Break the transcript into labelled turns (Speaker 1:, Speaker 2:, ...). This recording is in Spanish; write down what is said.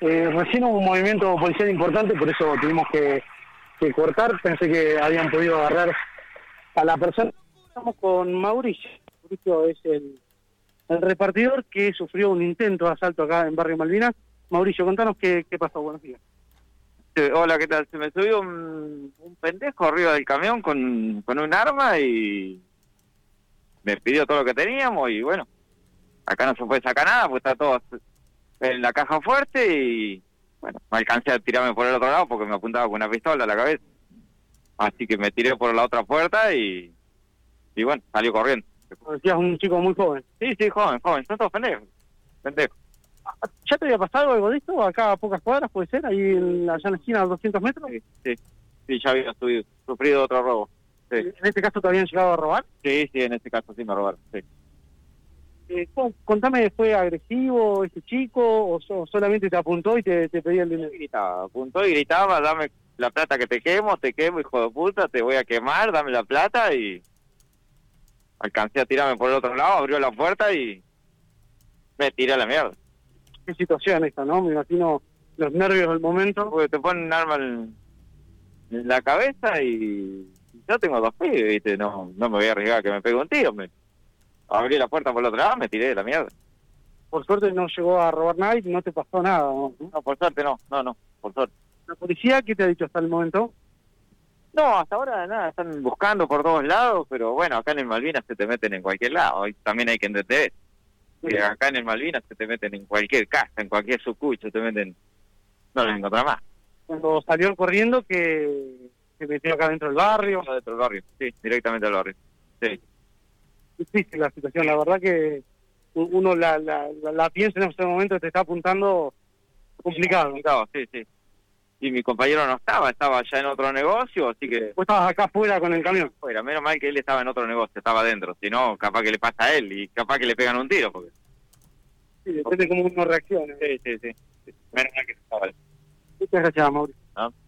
Speaker 1: Eh, recién hubo un movimiento policial importante, por eso tuvimos que, que cortar. Pensé que habían podido agarrar a la persona. Estamos con Mauricio. Mauricio es el, el repartidor que sufrió un intento de asalto acá en Barrio Malvinas. Mauricio, contanos qué, qué pasó. Buenos días.
Speaker 2: Eh, Hola, ¿qué tal? Se me subió un, un pendejo arriba del camión con, con un arma y me pidió todo lo que teníamos y bueno, acá no se puede sacar nada, pues está todo en la caja fuerte y bueno, me alcancé a tirarme por el otro lado porque me apuntaba con una pistola a la cabeza. Así que me tiré por la otra puerta y, y bueno, salió corriendo.
Speaker 1: Como decías, un chico muy joven.
Speaker 2: Sí, sí, joven, joven, son todos pendejos. pendejos.
Speaker 1: ¿Ya te había pasado algo de esto? Acá a pocas cuadras, puede ser, ahí en, allá en la esquina, a 200 metros.
Speaker 2: Sí, sí, sí, ya había subido- sufrido otro robo. Sí.
Speaker 1: En este caso, te habían llegado a robar.
Speaker 2: sí, sí, en este caso sí me robaron. Sí.
Speaker 1: Eh, con- contame, ¿fue agresivo este chico o, so- solamente te apuntó y te, te pedía el dinero?
Speaker 2: gritaba, apuntó y gritaba, dame la plata que te quemo, te quemo, hijo de puta, te voy a quemar, dame la plata y alcancé a tirarme por el otro lado, abrió la puerta y me tiré a la mierda.
Speaker 1: Qué situación esta, ¿no? Me imagino los nervios del momento.
Speaker 2: Porque te ponen un arma en, en la cabeza y yo tengo dos pibes, viste, no, no me voy a arriesgar a que me pegue un tiro, me abrí la puerta por el otro lado, me tiré de la mierda.
Speaker 1: Por suerte no llegó a robar nadie, no te pasó nada. ¿no?
Speaker 2: No, por suerte no, no, no, por suerte.
Speaker 1: ¿La policía qué te ha dicho hasta el momento?
Speaker 2: No, hasta ahora nada, están buscando por todos lados, pero bueno, acá en el Malvinas se te meten en cualquier lado, y también hay que entender que Eh, acá en el Malvinas se te meten en cualquier casa, en cualquier sucucho, te meten, no los encontrás más,
Speaker 1: Cuando salió corriendo que se metió acá dentro del barrio.
Speaker 2: Uno dentro del barrio, sí, directamente al barrio. Sí,
Speaker 1: Difícil la situación, la verdad que u- uno la, la, la, la piensa en este momento, te está apuntando complicado.
Speaker 2: complicado, sí, sí. Y mi compañero no estaba, estaba ya en otro negocio, así que
Speaker 1: Vos estabas acá afuera con el camión.
Speaker 2: fuera, menos mal que él estaba en otro negocio, estaba adentro, si no, capaz que le pasa a él y capaz que le pegan un tiro, porque...
Speaker 1: Sí, depende cómo uno reacciona.
Speaker 2: Sí, sí, sí, sí. menos mal que estaba él.
Speaker 1: Muchas gracias, Mauricio.
Speaker 2: Ah.